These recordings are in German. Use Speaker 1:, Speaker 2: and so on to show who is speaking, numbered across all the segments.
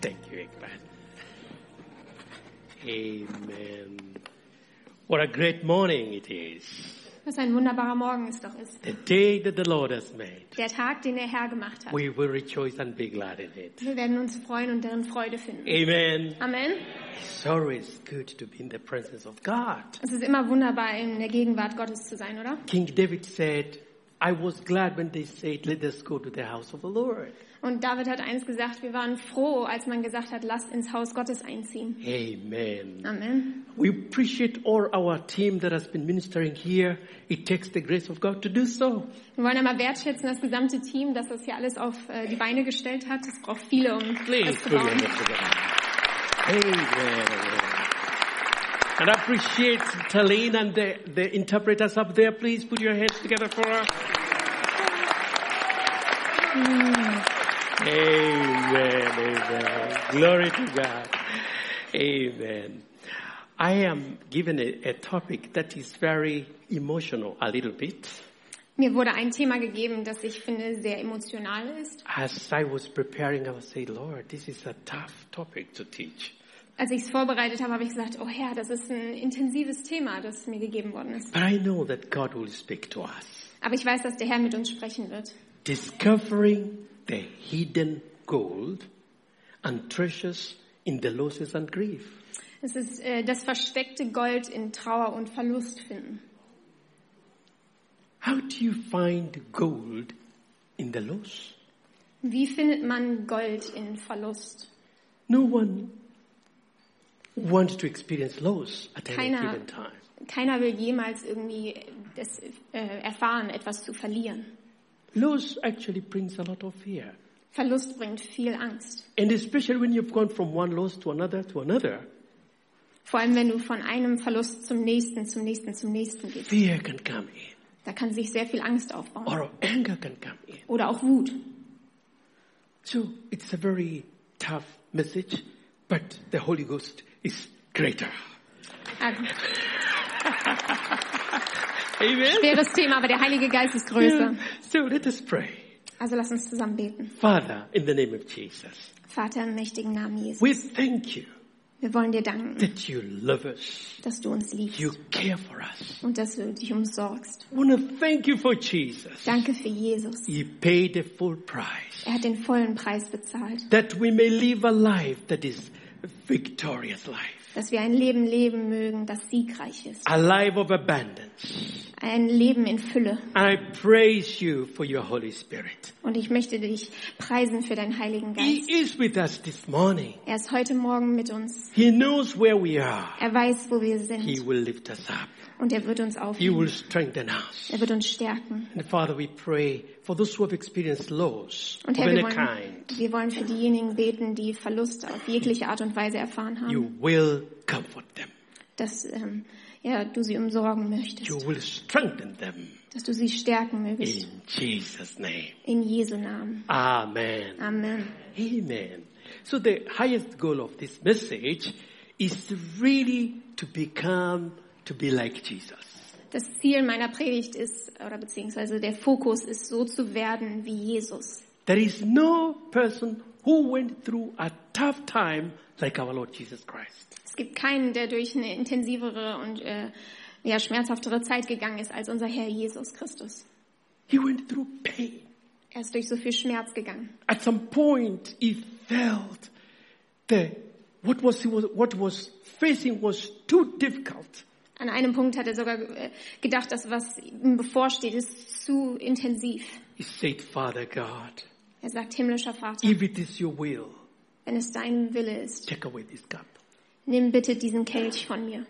Speaker 1: Thank you, Ekman. Amen. What a great morning it is.
Speaker 2: Was ein wunderbarer Morgen es doch ist.
Speaker 1: The day that the Lord has made.
Speaker 2: Der Tag, den der Herr gemacht hat.
Speaker 1: We will rejoice and be glad in it.
Speaker 2: Wir werden uns freuen und darin Freude finden.
Speaker 1: Amen.
Speaker 2: Amen.
Speaker 1: It's always good to be in the presence of God.
Speaker 2: Es ist immer wunderbar, in der Gegenwart Gottes zu sein, oder?
Speaker 1: King David said, I was glad when they said, Let us go to the house of the Lord.
Speaker 2: Und David hat eins gesagt, wir waren froh, als man gesagt hat, lasst ins Haus Gottes einziehen.
Speaker 1: Amen.
Speaker 2: Amen.
Speaker 1: We appreciate all our team that has been ministering here. It takes the grace of God to do so.
Speaker 2: Wir wollen einmal wertschätzen, das gesamte Team, das das hier alles auf äh, die Beine gestellt hat. Es braucht viele, um
Speaker 1: Please
Speaker 2: das zu
Speaker 1: do your
Speaker 2: bauen.
Speaker 1: best to God. Amen. And I appreciate Talene and the, the interpreters up there. Please put your hands together for us. Amen. Amen. Glory to God. Amen. I am given a, a topic that is very emotional a little bit.
Speaker 2: Mir wurde ein Thema gegeben, das ich finde sehr emotional ist.
Speaker 1: As I was preparing, I was saying, Lord, this is a tough topic to teach.
Speaker 2: Als ich es vorbereitet habe, habe ich gesagt, oh Herr, das ist ein intensives Thema, das mir gegeben worden ist.
Speaker 1: But I know that God will speak to us.
Speaker 2: Aber ich weiß, dass der Herr mit uns sprechen wird.
Speaker 1: discovering the hidden gold and treasures in the losses and grief.
Speaker 2: Es ist äh, das versteckte Gold in Trauer und Verlust finden.
Speaker 1: How do you find gold in the loss?
Speaker 2: Wie findet man Gold in Verlust?
Speaker 1: No one wants to experience loss at any
Speaker 2: Keiner.
Speaker 1: given time.
Speaker 2: Keiner will jemals irgendwie das äh, erfahren, etwas zu verlieren.
Speaker 1: Loss actually brings a lot of fear.
Speaker 2: Verlust bringt viel Angst.
Speaker 1: And especially when you've gone from one loss to another to another,
Speaker 2: Vor allem, wenn du von einem Verlust zum nächsten, zum nächsten, zum nächsten gehst.
Speaker 1: fear can come in,
Speaker 2: Da kann sich sehr viel Angst aufbauen.
Speaker 1: or anger can come in.
Speaker 2: Oder auch Wut.
Speaker 1: So it's a very tough message, but the Holy Ghost is greater.
Speaker 2: Ein
Speaker 1: Amen.
Speaker 2: schweres Thema, aber der Heilige Geist ist größer.
Speaker 1: So let us pray.
Speaker 2: Also lass uns zusammen beten.
Speaker 1: Father, in the name of Jesus,
Speaker 2: Vater im mächtigen Namen Jesus,
Speaker 1: we thank you
Speaker 2: wir wollen dir danken,
Speaker 1: that you love us.
Speaker 2: dass du uns liebst
Speaker 1: You care for us.
Speaker 2: und dass du dich umsorgst.
Speaker 1: I want to thank you for Jesus.
Speaker 2: Danke für Jesus.
Speaker 1: He paid the full price
Speaker 2: Er hat den vollen Preis bezahlt,
Speaker 1: that we may live a life that is a victorious life,
Speaker 2: dass wir ein Leben leben mögen, das siegreich ist.
Speaker 1: a life of abundance.
Speaker 2: Ein Leben in Fülle.
Speaker 1: And I praise you for your Holy Spirit.
Speaker 2: Und ich möchte dich preisen für deinen Heiligen Geist.
Speaker 1: He is with us this morning.
Speaker 2: Er ist heute Morgen mit uns.
Speaker 1: He knows where we are.
Speaker 2: Er weiß, wo wir
Speaker 1: He
Speaker 2: sind.
Speaker 1: will lift us up.
Speaker 2: Und er wird uns
Speaker 1: He
Speaker 2: aufnehmen.
Speaker 1: will strengthen us.
Speaker 2: Er wird uns stärken.
Speaker 1: And Father, we pray for those who have experienced loss
Speaker 2: Und
Speaker 1: of
Speaker 2: Herr, wir
Speaker 1: any
Speaker 2: wollen,
Speaker 1: kind.
Speaker 2: wir wollen für diejenigen beten, die Verluste auf jegliche Art und Weise erfahren
Speaker 1: You
Speaker 2: haben,
Speaker 1: will comfort them.
Speaker 2: dass ähm, ja, du sie umsorgen
Speaker 1: You
Speaker 2: möchtest,
Speaker 1: will strengthen them.
Speaker 2: dass du sie stärken mögest.
Speaker 1: In Jesus' name.
Speaker 2: In Jesu Namen.
Speaker 1: Amen.
Speaker 2: Amen.
Speaker 1: Amen. So the highest goal of this message is to really to become, to be like Jesus.
Speaker 2: Das Ziel meiner Predigt ist, oder beziehungsweise der Fokus ist, so zu werden wie Jesus.
Speaker 1: There is no person who went through a tough time like our Lord Jesus Christ.
Speaker 2: Es gibt keinen, der durch eine intensivere und äh, ja, schmerzhaftere Zeit gegangen ist als unser Herr Jesus Christus.
Speaker 1: He went through pain.
Speaker 2: Er ist durch so viel Schmerz gegangen.
Speaker 1: At some point, he felt that what was, he was, what was facing was too difficult.
Speaker 2: An einem Punkt hat er sogar äh, gedacht, dass was ihm bevorsteht, ist zu intensiv.
Speaker 1: He said, Father God,
Speaker 2: Er sagt, himmlischer Vater,
Speaker 1: if it is your will,
Speaker 2: wenn es dein Wille ist,
Speaker 1: take away this cup.
Speaker 2: nimm bitte diesen Kelch von mir.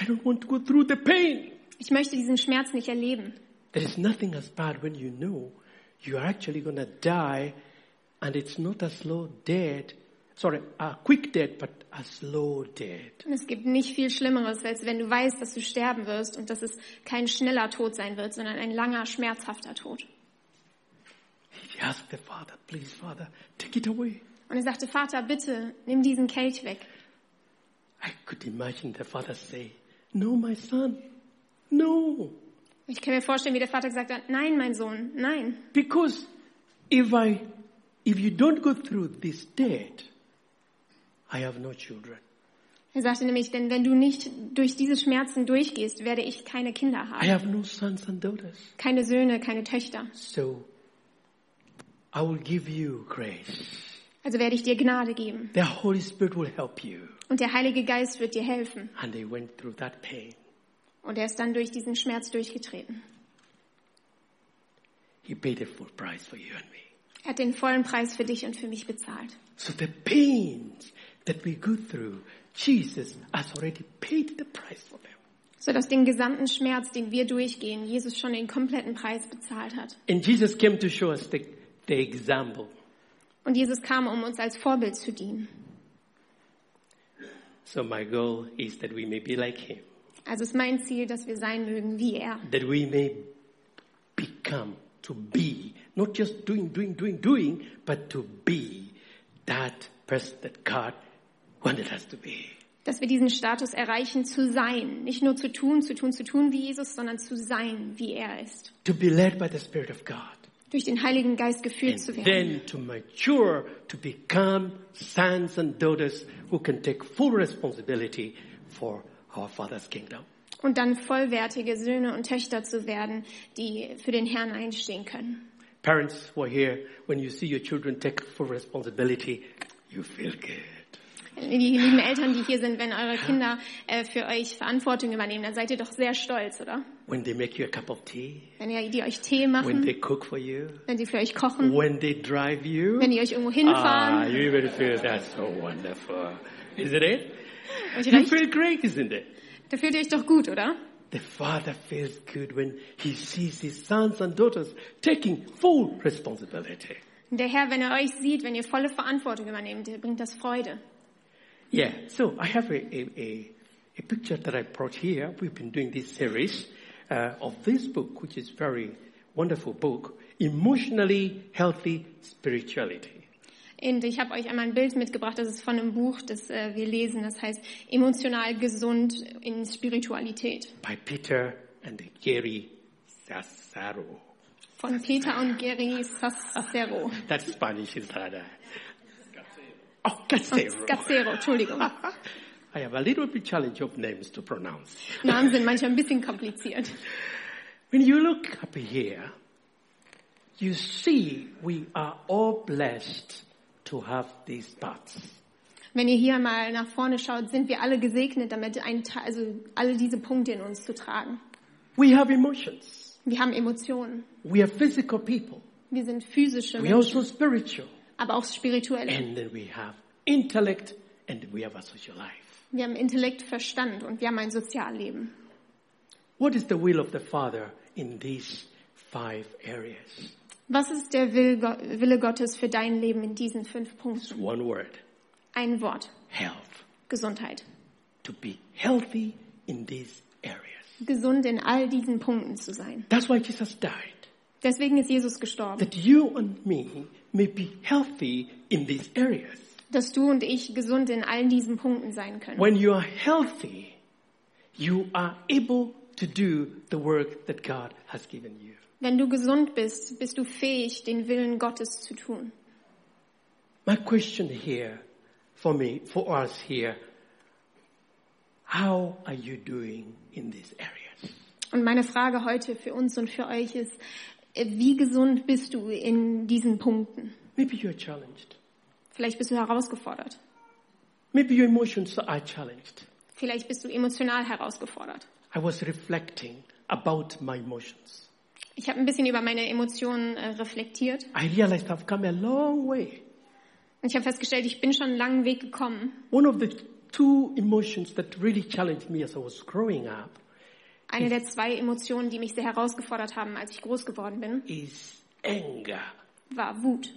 Speaker 1: I don't want to go through the pain.
Speaker 2: Ich möchte diesen Schmerz nicht erleben.
Speaker 1: There is nothing as bad when you know you are actually going to die and it's not a slow death, sorry, a quick death, but a slow death.
Speaker 2: Und Es gibt nicht viel Schlimmeres, als wenn du weißt, dass du sterben wirst und dass es kein schneller Tod sein wird, sondern ein langer, schmerzhafter Tod.
Speaker 1: He asked the Father, please, Father, take it away.
Speaker 2: Und er sagte, Vater, bitte, nimm diesen Kelch weg.
Speaker 1: I could imagine the father say, No, my son, no.
Speaker 2: Ich kann mir vorstellen, wie der Vater gesagt hat, nein, mein Sohn, nein.
Speaker 1: Because if I If you don't go through this date, I have no children.
Speaker 2: Er sagte nämlich, denn wenn du nicht durch diese Schmerzen durchgehst, werde ich keine Kinder
Speaker 1: I
Speaker 2: haben.
Speaker 1: have no sons and daughters.
Speaker 2: Keine Söhne, keine Töchter.
Speaker 1: So I will give you grace.
Speaker 2: Also werde ich dir Gnade geben.
Speaker 1: The Holy Spirit will help you.
Speaker 2: Und der Heilige Geist wird dir helfen.
Speaker 1: And they went through that pain.
Speaker 2: Und er ist dann durch diesen Schmerz durchgetreten.
Speaker 1: He paid the full price for you and me.
Speaker 2: Er hat den vollen Preis für dich und für mich bezahlt.
Speaker 1: So the pains that we go through, Jesus has already paid the price for them.
Speaker 2: Sodass den gesamten Schmerz, den wir durchgehen, Jesus schon den kompletten Preis bezahlt hat.
Speaker 1: And Jesus came to show us the, the example.
Speaker 2: Und Jesus kam, um uns als Vorbild zu dienen.
Speaker 1: So my goal is that we may be like him,
Speaker 2: Also ist mein Ziel, dass wir sein mögen wie er.
Speaker 1: that we may become to be, not just doing, doing, doing, doing, but to be that person that God wanted us to be.
Speaker 2: Dass wir diesen Status erreichen, zu sein. Nicht nur zu tun, zu tun, zu tun wie Jesus, sondern zu sein, wie er ist.
Speaker 1: To be led by the Spirit of God.
Speaker 2: Durch den Heiligen Geist geführt zu
Speaker 1: And
Speaker 2: werden.
Speaker 1: then to mature to become sons and daughters who can take full responsibility for our Father's kingdom.
Speaker 2: Und dann vollwertige Söhne und Töchter zu werden, die für den Herrn einstehen können.
Speaker 1: Parents who are here, when you see your children take full responsibility, you feel good.
Speaker 2: Die lieben Eltern, die hier sind, wenn eure Kinder äh, für euch Verantwortung übernehmen, dann seid ihr doch sehr stolz, oder?
Speaker 1: When they make you a cup of tea,
Speaker 2: Wenn ihr, die euch Tee
Speaker 1: when
Speaker 2: machen,
Speaker 1: they cook for you,
Speaker 2: wenn sie für euch kochen,
Speaker 1: when they drive you.
Speaker 2: wenn die euch irgendwo
Speaker 1: Oh. Ah,
Speaker 2: hinfahren.
Speaker 1: you even feel that's so wonderful. Isn't it?
Speaker 2: Euch
Speaker 1: You
Speaker 2: recht?
Speaker 1: feel great, isn't it?
Speaker 2: Da fühlt ihr euch doch gut, oder?
Speaker 1: The father feels good when he sees his sons and daughters taking full responsibility.
Speaker 2: Und der Herr, wenn er euch sieht, wenn ihr volle Verantwortung übernehmt, der bringt das Freude.
Speaker 1: Yeah, so I have a, a, a, a picture that I brought here. We've been doing this series uh, of this book, which is very wonderful book, Emotionally Healthy Spirituality.
Speaker 2: Und ich habe euch einmal ein Bild mitgebracht, das ist von einem Buch, das äh, wir lesen, das heißt Emotional gesund in Spiritualität
Speaker 1: by Peter and Gary Sassaro.
Speaker 2: von Peter und Gary Sassero.
Speaker 1: That's Spanish, is that? uh, Oh, Gacero.
Speaker 2: Gacero, Entschuldigung.
Speaker 1: I have a little bit challenge of names to pronounce.
Speaker 2: Namen sind manchmal ein bisschen kompliziert.
Speaker 1: When you look up here, you see we are all blessed to have these parts.
Speaker 2: Wenn ihr hier mal nach vorne schaut, sind wir alle gesegnet damit, einen, Te- also alle diese Punkte in uns zu tragen.
Speaker 1: We have emotions.
Speaker 2: Wir haben Emotionen.
Speaker 1: We are physical people.
Speaker 2: Wir sind physische
Speaker 1: We are
Speaker 2: Menschen,
Speaker 1: also spiritual.
Speaker 2: aber auch spirituelle.
Speaker 1: And then we have intellect and we have a social life.
Speaker 2: Wir haben Intellekt, Verstand und wir haben ein Sozialleben.
Speaker 1: What is the will of the Father in these five areas?
Speaker 2: Was ist der Will Go- Wille Gottes für dein Leben in diesen fünf Punkten?
Speaker 1: One word,
Speaker 2: Ein Wort.
Speaker 1: health.
Speaker 2: Gesundheit.
Speaker 1: To be healthy in these areas.
Speaker 2: Gesund in all diesen Punkten zu sein.
Speaker 1: That's why Jesus died.
Speaker 2: Deswegen ist Jesus gestorben,
Speaker 1: That you and me may be healthy in these areas.
Speaker 2: dass du und ich gesund in all diesen Punkten sein können.
Speaker 1: When you are healthy, you are able to do the work that God has given you.
Speaker 2: Wenn du gesund bist, bist du fähig, den Willen Gottes zu tun.
Speaker 1: My question here for me, for us here, how are you doing in these areas?
Speaker 2: Und meine Frage heute für uns und für euch ist, äh, wie gesund bist du in diesen Punkten?
Speaker 1: Maybe you're challenged.
Speaker 2: Vielleicht bist du herausgefordert.
Speaker 1: Maybe your emotions are challenged.
Speaker 2: Vielleicht bist du emotional herausgefordert.
Speaker 1: I was reflecting about my emotions.
Speaker 2: Ich habe ein bisschen über meine Emotionen äh, reflektiert
Speaker 1: I realized I've come a long way.
Speaker 2: und ich habe festgestellt, ich bin schon einen langen Weg gekommen.
Speaker 1: One of the two emotions that really challenged me as I was growing up
Speaker 2: Eine der zwei Emotionen, die mich sehr herausgefordert haben, als ich groß geworden bin,
Speaker 1: is anger.
Speaker 2: war Wut.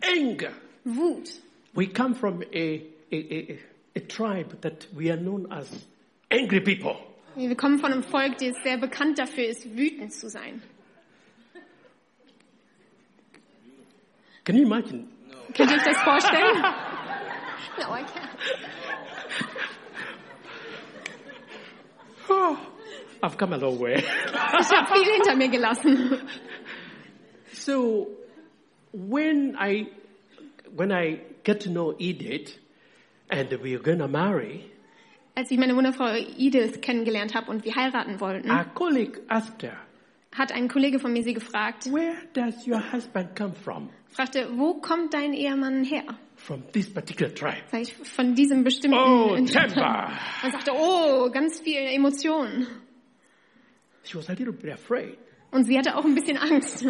Speaker 1: Anger.
Speaker 2: Wut.
Speaker 1: We come from a, a, a, a tribe that we are known as angry people.
Speaker 2: Wir kommen von einem Volk, das sehr bekannt dafür ist, wütend zu sein.
Speaker 1: Can you imagine?
Speaker 2: Könnt ihr euch das vorstellen? No, I can't.
Speaker 1: Oh, I've come a long way.
Speaker 2: Ich habe viel hinter mir gelassen.
Speaker 1: So when I when I get to know Edith and we are gonna marry,
Speaker 2: Als ich meine wundervolle Edith kennengelernt habe und wir heiraten wollten,
Speaker 1: our colleague asked her,
Speaker 2: hat ein Kollege von mir sie gefragt,
Speaker 1: Where does your husband come from?
Speaker 2: fragte, wo kommt dein Ehemann her?
Speaker 1: From this particular tribe.
Speaker 2: Sag ich, von diesem bestimmten...
Speaker 1: Oh,
Speaker 2: Interesse.
Speaker 1: temper!
Speaker 2: Man sagte, oh, ganz viel Emotionen.
Speaker 1: She was a little bit afraid.
Speaker 2: Und sie hatte auch ein bisschen Angst.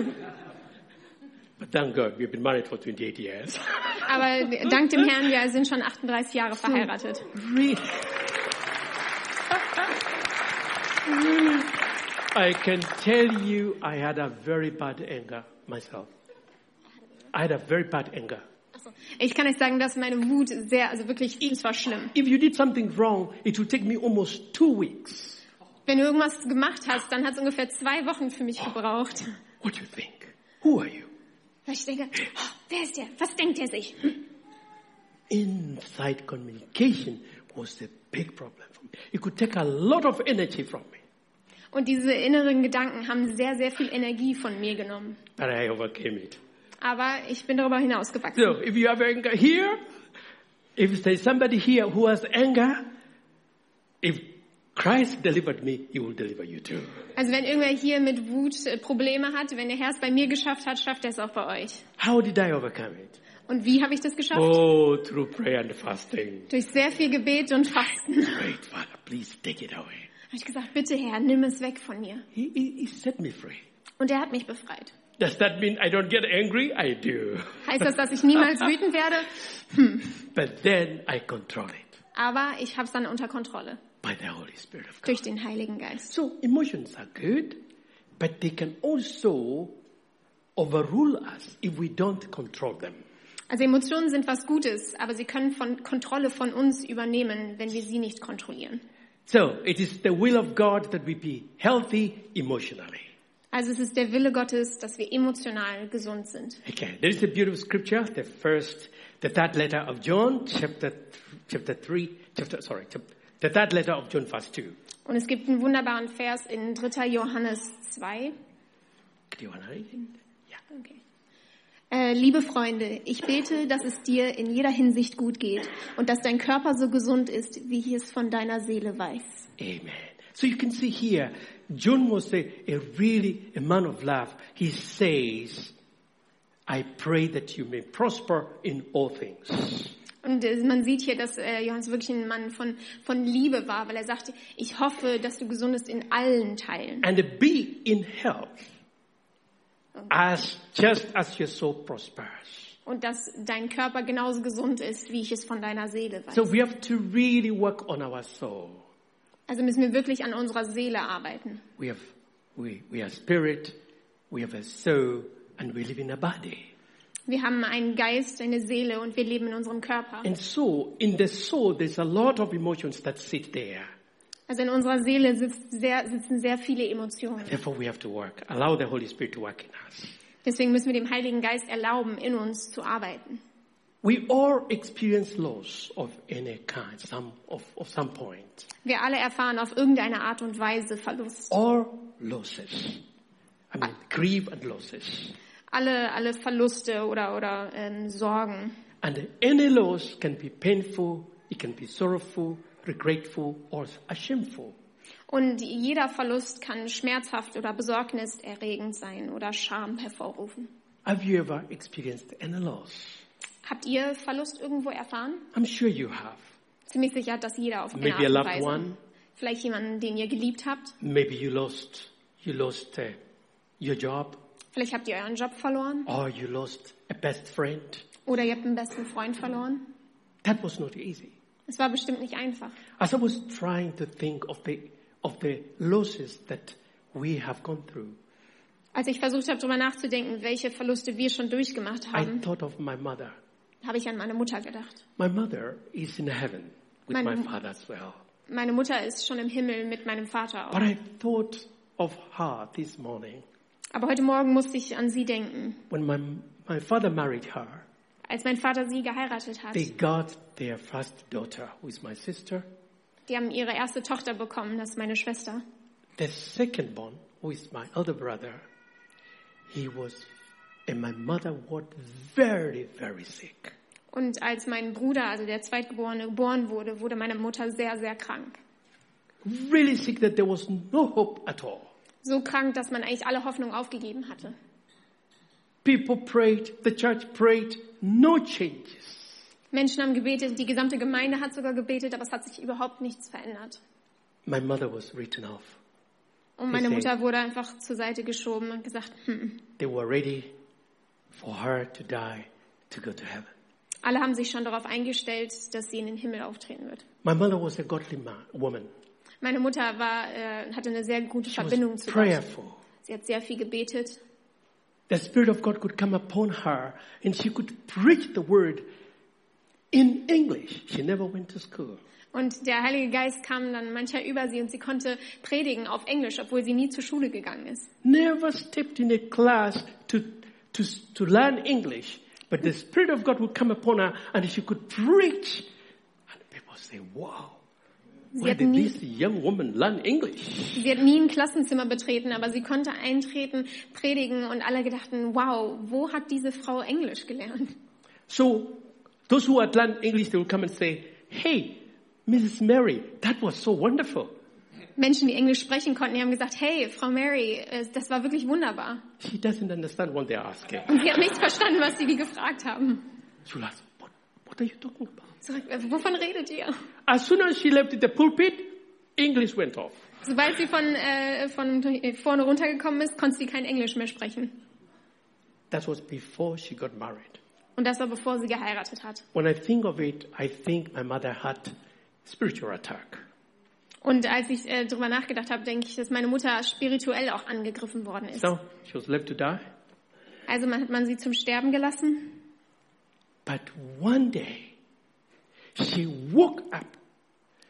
Speaker 1: But thank God we've been married for 28 years.
Speaker 2: Aber dank dem Herrn, wir sind schon 38 Jahre verheiratet.
Speaker 1: Really? Really? I can tell you, I had a very bad anger myself. I had a very bad anger.
Speaker 2: Ich kann euch sagen, dass meine Wut sehr, also wirklich, es war schlimm.
Speaker 1: If you did something wrong, it would take me almost two weeks.
Speaker 2: Wenn du irgendwas gemacht hast, dann hat es ungefähr zwei Wochen für mich gebraucht.
Speaker 1: What do you think? Who are you?
Speaker 2: Weil ich denke, oh, wer ist der? Was denkt er sich?
Speaker 1: Inside communication was the big problem for me. It could take a lot of energy from me,
Speaker 2: Und diese inneren Gedanken haben sehr, sehr viel Energie von mir genommen.
Speaker 1: but I overcame it.
Speaker 2: Aber ich bin darüber hinausgewachsen.
Speaker 1: So if you have anger here, if there's somebody here who has anger, if Christ delivered me, he will deliver you too.
Speaker 2: Also wenn irgendwer hier mit Wut äh, Probleme hat, wenn der Herr es bei mir geschafft hat, schafft er es auch bei euch.
Speaker 1: How did I overcome it?
Speaker 2: Und wie habe ich das geschafft?
Speaker 1: Oh, through prayer and fasting.
Speaker 2: Durch sehr viel Gebet und Fasten.
Speaker 1: Great Father, please take it away.
Speaker 2: Habe ich gesagt, bitte Herr, nimm es weg von mir.
Speaker 1: He, he, he set me free.
Speaker 2: Und er hat mich befreit.
Speaker 1: Does that mean I don't get angry? I do.
Speaker 2: Heißt das, dass ich niemals wütend werde?
Speaker 1: But then I control it
Speaker 2: Aber ich habe es dann unter Kontrolle.
Speaker 1: by the Holy Spirit of God.
Speaker 2: Durch den Heiligen Geist.
Speaker 1: So emotions are good, but they can also overrule us if we don't control them.
Speaker 2: Also Emotionen sind was Gutes, aber sie können von Kontrolle von uns übernehmen, wenn wir sie nicht kontrollieren.
Speaker 1: So it is the will of God that we be healthy emotionally.
Speaker 2: Also es ist der Wille Gottes, dass wir emotional gesund sind.
Speaker 1: Okay, there is a beautiful scripture, the first, the third letter of John, chapter, th- chapter three, chapter, sorry, chap the third letter of John, verse two.
Speaker 2: Und es gibt einen wunderbaren Vers in 3. Johannes 2.
Speaker 1: Do you want to read it? Yeah.
Speaker 2: Okay. Äh, liebe Freunde, ich bete, dass es dir in jeder Hinsicht gut geht und dass dein Körper so gesund ist, wie ich es von deiner Seele weiß.
Speaker 1: Amen. So you can see here, John was a, a really a man of love. He says, I pray that you may prosper in all things.
Speaker 2: Und äh, man sieht hier, dass äh, Johannes wirklich ein Mann von, von Liebe war, weil er sagte, ich hoffe, dass du gesund bist in allen Teilen.
Speaker 1: And be in health as just as your soul prospers.
Speaker 2: Und dass dein Körper genauso gesund ist, wie ich es von deiner Seele weiß.
Speaker 1: So we have to really work on our soul.
Speaker 2: Also müssen wir wirklich an unserer Seele arbeiten.
Speaker 1: We have, we, we are spirit, we have a soul, and we live in a body.
Speaker 2: Wir haben einen Geist, eine Seele und wir leben in unserem Körper.
Speaker 1: And so in the soul, there's a lot of emotions that sit there.
Speaker 2: Also in unserer Seele sitzt sehr, sitzen sehr viele Emotionen.
Speaker 1: Therefore, we have to work. Allow the Holy Spirit to work in us.
Speaker 2: Deswegen müssen wir dem Heiligen Geist erlauben, in uns zu arbeiten.
Speaker 1: We all experience loss of any kind, some of, of some point,
Speaker 2: Wir alle erfahren auf irgendeine Art und Weise Verlust.
Speaker 1: or losses. I mean, grief and losses.
Speaker 2: Alle, alle Verluste oder, oder ähm, Sorgen.
Speaker 1: And any loss can be painful, it can be sorrowful, regretful, or shameful.
Speaker 2: Und jeder Verlust kann schmerzhaft oder besorgniserregend sein oder Scham hervorrufen.
Speaker 1: Have you ever experienced any loss?
Speaker 2: Habt ihr Verlust irgendwo erfahren?
Speaker 1: I'm sure you have.
Speaker 2: Ziemlich sicher, dass jeder auf eine
Speaker 1: Maybe a
Speaker 2: Art und
Speaker 1: loved
Speaker 2: Weise.
Speaker 1: one.
Speaker 2: Vielleicht jemanden, den ihr geliebt habt.
Speaker 1: Maybe you lost, you lost uh, your job,
Speaker 2: Vielleicht habt ihr euren Job verloren.
Speaker 1: or you lost a best friend.
Speaker 2: Oder ihr habt einen besten Freund verloren.
Speaker 1: That was not easy.
Speaker 2: Es war bestimmt nicht einfach.
Speaker 1: As I was trying to think of the of the losses that we have gone through,
Speaker 2: Als ich versucht habe, darüber nachzudenken, welche Verluste wir schon durchgemacht
Speaker 1: I
Speaker 2: haben,
Speaker 1: thought of my mother.
Speaker 2: habe ich an meine Mutter gedacht.
Speaker 1: My mother is in heaven with
Speaker 2: Meine
Speaker 1: my
Speaker 2: Mu-
Speaker 1: father as well.
Speaker 2: Meine Mutter ist schon im Himmel mit meinem Vater. Auch.
Speaker 1: But I thought of her this morning
Speaker 2: Aber heute Morgen musste ich an sie denken.
Speaker 1: when my my father married her.
Speaker 2: Als mein Vater sie geheiratet hat,
Speaker 1: They got their first daughter, who is my sister.
Speaker 2: die haben ihre erste Tochter bekommen, das ist meine Schwester.
Speaker 1: The second born, who is my elder brother, he was and my mother was very, very sick.
Speaker 2: Und als mein Bruder, also der Zweitgeborene, geboren wurde, wurde meine Mutter sehr, sehr krank.
Speaker 1: Really sick that there was no hope at all.
Speaker 2: So krank, dass man eigentlich alle Hoffnung aufgegeben hatte.
Speaker 1: People prayed, the church prayed, no changes.
Speaker 2: Menschen haben gebetet, die gesamte Gemeinde hat sogar gebetet, aber es hat sich überhaupt nichts verändert.
Speaker 1: My mother was written off.
Speaker 2: Und meine
Speaker 1: Verstehe.
Speaker 2: Mutter wurde einfach zur Seite geschoben und gesagt, hm.
Speaker 1: They were ready for her to die to go to heaven.
Speaker 2: alle haben sich schon darauf eingestellt, dass sie in den Himmel auftreten wird.
Speaker 1: My mother was a godly man, woman.
Speaker 2: Meine Mutter war, äh, hatte eine sehr gute
Speaker 1: She
Speaker 2: Verbindung
Speaker 1: was
Speaker 2: zu Gott.
Speaker 1: prayerful.
Speaker 2: Sie hat sehr viel gebetet.
Speaker 1: The Spirit of God could come upon her and she could preach the word in English. She never went to school.
Speaker 2: Und der Heilige Geist kam dann manchmal über sie und sie konnte predigen auf Englisch, obwohl sie nie zur Schule gegangen ist.
Speaker 1: Never stepped in a class to, to, to learn English. But the Spirit of God would come upon her and she could preach. And people say, wow, where
Speaker 2: hat
Speaker 1: did
Speaker 2: nie-
Speaker 1: this young woman learn English?
Speaker 2: Sie hat nie ein Klassenzimmer betreten, aber sie konnte eintreten, predigen und alle gedachten, wow, wo hat diese Frau Englisch gelernt?
Speaker 1: So those who had learned English, they would come and say, hey, Mrs. Mary, that was so wonderful.
Speaker 2: Menschen, die Englisch sprechen konnten, die haben gesagt, hey, Frau Mary, äh, das war wirklich wunderbar.
Speaker 1: She doesn't understand what they're asking.
Speaker 2: Und sie hat nichts verstanden, was sie die gefragt haben.
Speaker 1: She will ask, what, what are you talking about?
Speaker 2: Sie sagt, äh, wovon redet ihr?
Speaker 1: As soon as she left the pulpit, English went off.
Speaker 2: Sobald sie von, äh, von äh, vorne runtergekommen ist, konnte sie kein Englisch mehr sprechen.
Speaker 1: That was before she got married.
Speaker 2: Und das war, bevor sie geheiratet hat.
Speaker 1: When I think of it, I think my mother had spiritual attack.
Speaker 2: Und als ich äh, darüber nachgedacht habe, denke ich, dass meine Mutter spirituell auch angegriffen worden ist.
Speaker 1: So she was left to die.
Speaker 2: Also man hat man sie zum Sterben gelassen.
Speaker 1: But one day, she woke up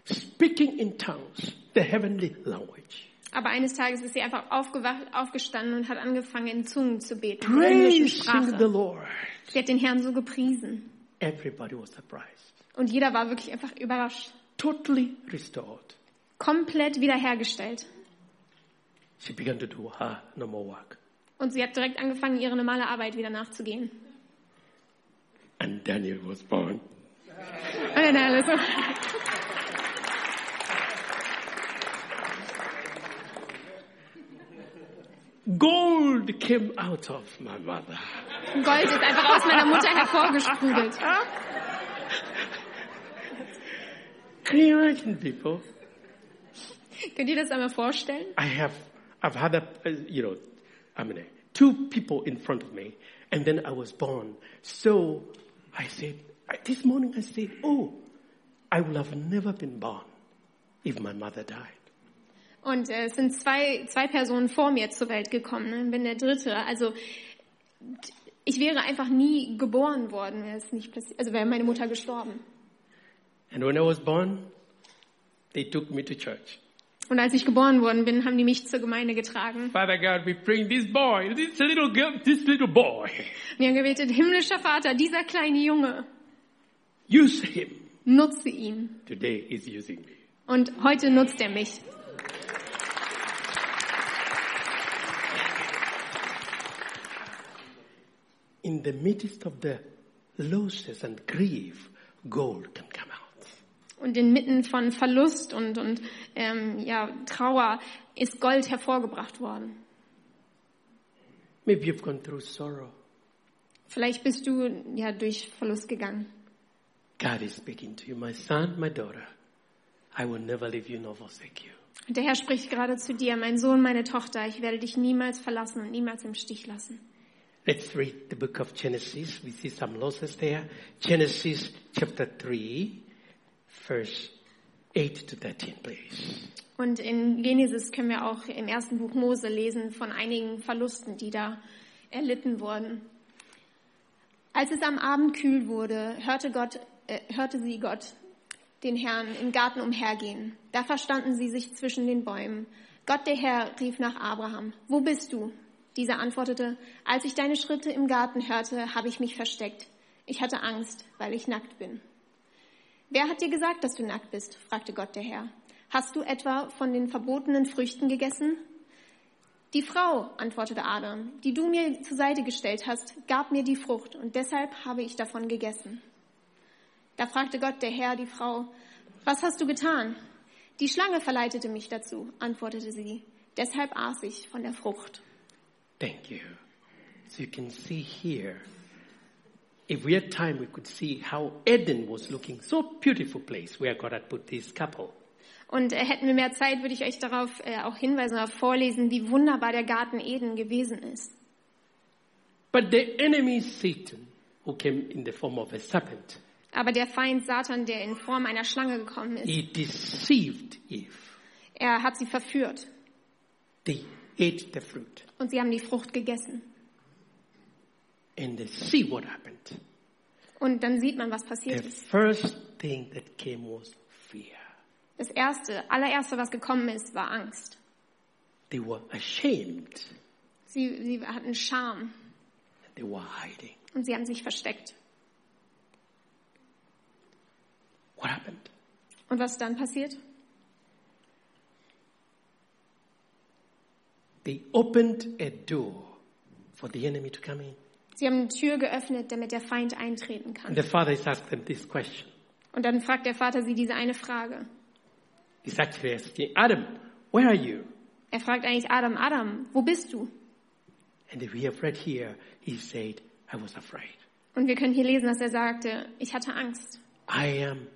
Speaker 1: speaking in tongues, the heavenly language.
Speaker 2: Aber eines Tages ist sie einfach aufgewacht, aufgestanden und hat angefangen, in Zungen zu beten. in der englischen
Speaker 1: Praising the
Speaker 2: Sprache.
Speaker 1: Lord.
Speaker 2: Sie hat den Herrn so gepriesen.
Speaker 1: Everybody was surprised.
Speaker 2: Und jeder war wirklich einfach überrascht.
Speaker 1: Totally restored.
Speaker 2: Komplett wiederhergestellt.
Speaker 1: She began to do her normal work.
Speaker 2: Und sie hat direkt angefangen, ihre normale Arbeit wieder nachzugehen.
Speaker 1: And Daniel was born.
Speaker 2: Und dann alles so.
Speaker 1: Gold came out of my mother.
Speaker 2: Gold ist einfach aus meiner Mutter hervorgesprudelt.
Speaker 1: Can you imagine, people?
Speaker 2: Könnt ihr das einmal vorstellen?
Speaker 1: I have, I've had a, uh, you know, I mean, uh, two people in front of me, and then I was born. So I said, I- this morning I said, oh, I would have never been born if my mother died.
Speaker 2: Und äh, es sind zwei, zwei Personen vor mir zur Welt gekommen. Ne? Ich bin der dritte. Also ich wäre einfach nie geboren worden, wäre es nicht passiert. Also wäre meine Mutter gestorben.
Speaker 1: And when I was born, they took me to church.
Speaker 2: Und als ich geboren worden bin, haben die mich zur Gemeinde getragen.
Speaker 1: Father God, we bring this boy, this little girl, this little boy.
Speaker 2: Und die haben gebetet, himmlischer Vater, dieser kleine Junge,
Speaker 1: Use him.
Speaker 2: nutze ihn.
Speaker 1: Today is using me.
Speaker 2: Und heute nutzt er mich.
Speaker 1: In the midst of the losses and grief, gold can come out.
Speaker 2: Und inmitten von Verlust und, und ähm, ja, Trauer ist Gold hervorgebracht worden.
Speaker 1: Maybe you've gone through sorrow.
Speaker 2: Vielleicht bist du ja durch Verlust gegangen.
Speaker 1: God is speaking to you. My son, my daughter, I will never leave you nor forsake you.
Speaker 2: Und der Herr spricht gerade zu dir, mein Sohn, meine Tochter, ich werde dich niemals verlassen und niemals im Stich lassen.
Speaker 1: Let's read the book of Genesis. We see some losses there. Genesis chapter 3, verse 8 to 13, please.
Speaker 2: Und in Genesis können wir auch im ersten Buch Mose lesen von einigen Verlusten, die da erlitten wurden. Als es am Abend kühl wurde, hörte, Gott, äh, hörte sie Gott, den Herrn, im Garten umhergehen. Da verstanden sie sich zwischen den Bäumen. Gott der Herr rief nach Abraham, wo bist du? Dieser antwortete, als ich deine Schritte im Garten hörte, habe ich mich versteckt. Ich hatte Angst, weil ich nackt bin. Wer hat dir gesagt, dass du nackt bist? fragte Gott der Herr. Hast du etwa von den verbotenen Früchten gegessen? Die Frau, antwortete Adam, die du mir zur Seite gestellt hast, gab mir die Frucht und deshalb habe ich davon gegessen. Da fragte Gott der Herr die Frau, was hast du getan? Die Schlange verleitete mich dazu, antwortete sie. Deshalb aß ich von der Frucht.
Speaker 1: Thank you. So you can see here, if we had time, we could see how Eden was looking. So beautiful place where God had put this couple.
Speaker 2: Und äh, hätten wir mehr Zeit, würde ich euch darauf äh, auch hinweisen oder vorlesen, wie wunderbar der Garten Eden gewesen ist.
Speaker 1: But the enemy, Satan, who came in the form of a serpent,
Speaker 2: Aber der Feind Satan, der in Form einer Schlange gekommen ist,
Speaker 1: he deceived Eve.
Speaker 2: er hat sie verführt
Speaker 1: They ate the fruit.
Speaker 2: und sie haben die Frucht gegessen.
Speaker 1: And they see what happened.
Speaker 2: Und dann sieht man, was
Speaker 1: The
Speaker 2: passiert ist.
Speaker 1: first thing that came was fear.
Speaker 2: Das erste, allererste, was gekommen ist, war Angst.
Speaker 1: They were ashamed.
Speaker 2: Sie, sie hatten Scham
Speaker 1: They were hiding.
Speaker 2: und sie haben sich versteckt.
Speaker 1: What happened?
Speaker 2: Und was dann passiert?
Speaker 1: They opened a door for the enemy to come in.
Speaker 2: Sie haben eine Tür geöffnet, damit der Feind eintreten
Speaker 1: And
Speaker 2: kann.
Speaker 1: the father is asking them this question.
Speaker 2: Und dann fragt der Vater sie diese eine Frage.
Speaker 1: He's actually asking, Adam, where are you?
Speaker 2: Er fragt eigentlich Adam, Adam, wo bist du?
Speaker 1: And if we have read here, he said, I was afraid.
Speaker 2: Und wir können hier lesen, dass er sagte, ich hatte Angst
Speaker 1: I am,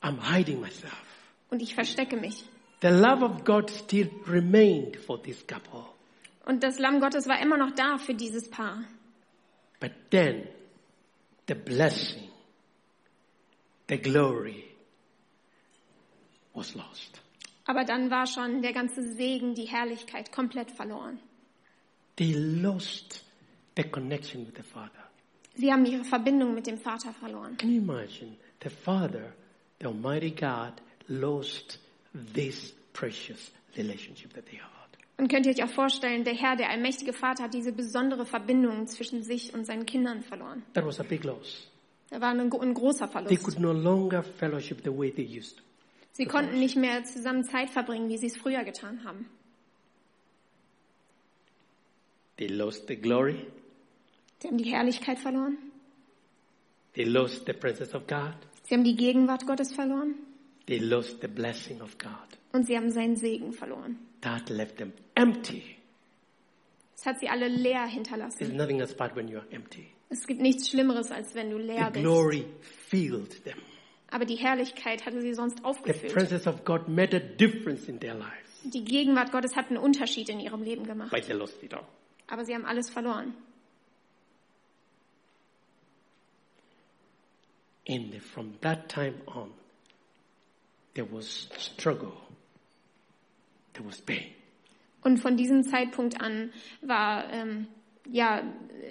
Speaker 1: I'm hiding myself.
Speaker 2: und ich verstecke mich.
Speaker 1: The love of God still remained for this couple.
Speaker 2: Und das Lamm Gottes war immer noch da für dieses Paar.
Speaker 1: But then, the blessing, the glory was lost.
Speaker 2: Aber dann war schon der ganze Segen, die Herrlichkeit komplett verloren.
Speaker 1: They lost the connection with the Father.
Speaker 2: Sie haben ihre Verbindung mit dem Vater verloren.
Speaker 1: Can you imagine? The Father, the Almighty God, lost this precious relationship that they had.
Speaker 2: Und könnt ihr euch auch vorstellen, der Herr, der allmächtige Vater, hat diese besondere Verbindung zwischen sich und seinen Kindern verloren.
Speaker 1: That was a big loss.
Speaker 2: Da war ein, ein großer
Speaker 1: They
Speaker 2: Verlust.
Speaker 1: could no longer fellowship the way they used to.
Speaker 2: Sie konnten nicht mehr zusammen Zeit verbringen, wie sie es früher getan haben.
Speaker 1: They lost the glory.
Speaker 2: Sie haben die Herrlichkeit verloren.
Speaker 1: They lost the presence of God.
Speaker 2: Sie haben die Gegenwart Gottes verloren.
Speaker 1: They lost the blessing of God.
Speaker 2: Und sie haben seinen Segen verloren.
Speaker 1: That left them empty.
Speaker 2: Es hat sie alle leer
Speaker 1: There's
Speaker 2: hinterlassen.
Speaker 1: nothing as bad when you are empty.
Speaker 2: Es gibt nichts Schlimmeres, als wenn du leer
Speaker 1: the
Speaker 2: bist.
Speaker 1: glory filled them.
Speaker 2: Aber die Herrlichkeit hatte sie sonst
Speaker 1: The
Speaker 2: aufgefüllt.
Speaker 1: presence of God made a difference in their lives,
Speaker 2: Die Gegenwart Gottes hat einen Unterschied in ihrem Leben gemacht.
Speaker 1: but they lost it all.
Speaker 2: Aber sie haben alles verloren.
Speaker 1: And from that time on, there was struggle. There was pain.
Speaker 2: Und von diesem Zeitpunkt an war ähm, ja